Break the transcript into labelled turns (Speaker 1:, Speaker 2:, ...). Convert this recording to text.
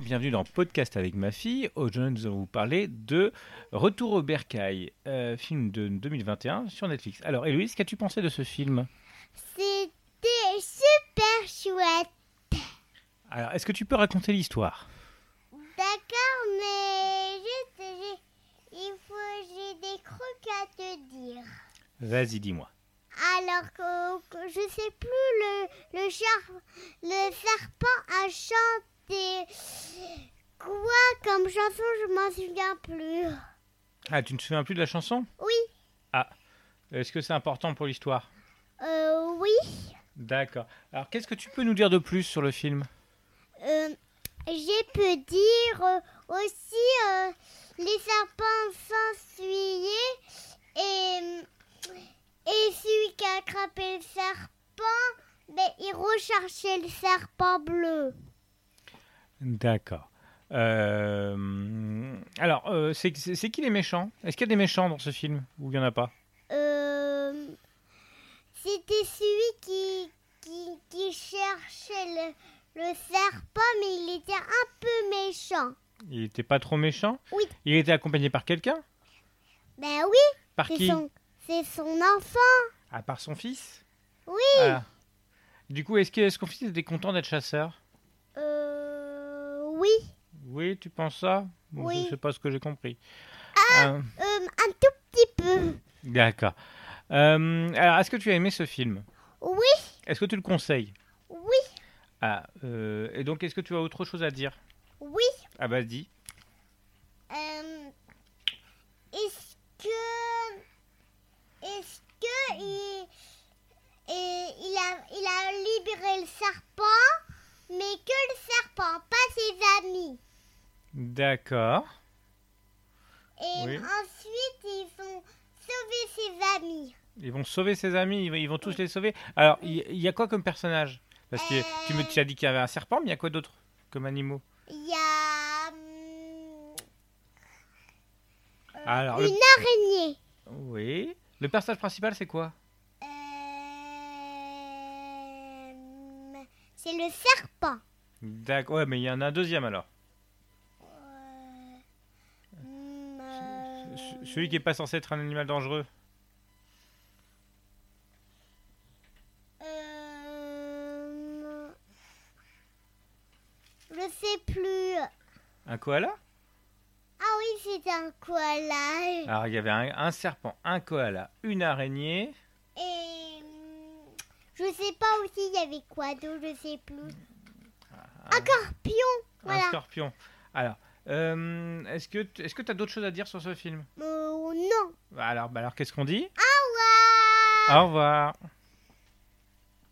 Speaker 1: Bienvenue dans Podcast avec ma fille. Aujourd'hui, nous allons vous parler de Retour au Bercail, euh, film de 2021 sur Netflix. Alors, Héloïse, qu'as-tu pensé de ce film
Speaker 2: C'était super chouette.
Speaker 1: Alors, est-ce que tu peux raconter l'histoire
Speaker 2: D'accord, mais juste, j'ai- il faut, j'ai des trucs à te dire.
Speaker 1: Vas-y, dis-moi.
Speaker 2: Alors que, que je sais plus, le, le, char- le serpent a chanté quoi comme chanson, je m'en souviens plus.
Speaker 1: Ah, tu ne te souviens plus de la chanson
Speaker 2: Oui,
Speaker 1: Est-ce que c'est important pour l'histoire
Speaker 2: euh, oui,
Speaker 1: D'accord. Alors, qu'est-ce que tu peux nous dire de plus sur le film
Speaker 2: euh, j'ai pu dire euh, aussi euh, les serpents s'ensuyaient et, euh, et celui qui a attrapé le serpent, ben, il recherchait le serpent bleu.
Speaker 1: D'accord. Euh, alors, euh, c'est c'est- c'est qui les méchants Est-ce qu'il y a des méchants dans ce film ou il n'y en a pas
Speaker 2: Euh, c'était celui qui, qui, qui cherchait le, le serpent, mais il était un peu méchant.
Speaker 1: Il n'était pas trop méchant
Speaker 2: Oui.
Speaker 1: Il était accompagné par quelqu'un
Speaker 2: Ben oui,
Speaker 1: Par
Speaker 2: c'est
Speaker 1: qui
Speaker 2: son, c'est son enfant.
Speaker 1: À part son fils
Speaker 2: Oui.
Speaker 1: Ah. Du coup, est-ce que est-ce qu'on fils était content d'être chasseur
Speaker 2: Euh, oui,
Speaker 1: Oui, tu penses ça Bon, Je
Speaker 2: Oui.
Speaker 1: ne sais pas ce que j'ai compris. Euh,
Speaker 2: euh, un tout petit peu.
Speaker 1: D'accord. Euh, alors, est-ce que tu as aimé ce film
Speaker 2: Oui,
Speaker 1: Est-ce que tu le conseilles
Speaker 2: oui,
Speaker 1: Ah, euh, et donc, est-ce que tu as autre chose à dire
Speaker 2: oui.
Speaker 1: Ah bah, dis.
Speaker 2: Euh, est-ce que. Est-ce que il, et il, a, il a libéré le serpent, mais que le serpent, pas ses amis.
Speaker 1: D'accord.
Speaker 2: Et
Speaker 1: Oui.
Speaker 2: ensuite, ils vont sauver ses amis.
Speaker 1: Ils vont sauver ses amis, ils vont, ils vont tous les sauver. Alors, il y, il y a quoi comme personnage Parce que tu, me, tu as dit qu'il y avait un serpent, mais il y a quoi d'autre comme animaux
Speaker 2: Il y a. hum, Euh,
Speaker 1: Alors, le...
Speaker 2: une araignée.
Speaker 1: Oui. Le personnage principal, c'est quoi
Speaker 2: Euh, C'est le serpent.
Speaker 1: D'accord. Ouais, mais il y en a un deuxième alors.
Speaker 2: Euh, hum,
Speaker 1: Ce-
Speaker 2: euh,
Speaker 1: Celui qui est pas censé être un animal dangereux.
Speaker 2: Euh... Je sais plus.
Speaker 1: Un koala
Speaker 2: Ah oui, c'est un koala.
Speaker 1: Alors, il y avait un, un serpent, un koala, une araignée.
Speaker 2: Et hum, je sais pas aussi, il y avait quoi d'autre, je sais plus.
Speaker 1: Ah.
Speaker 2: Un scorpion.
Speaker 1: Un
Speaker 2: Voilà.
Speaker 1: scorpion. Alors, euh, est-ce que tu est-ce que as d'autres choses à dire sur ce film bah,
Speaker 2: Euh, non.
Speaker 1: Alors, bah alors qu'est-ce qu'on dit
Speaker 2: Ouah.
Speaker 1: Au revoir.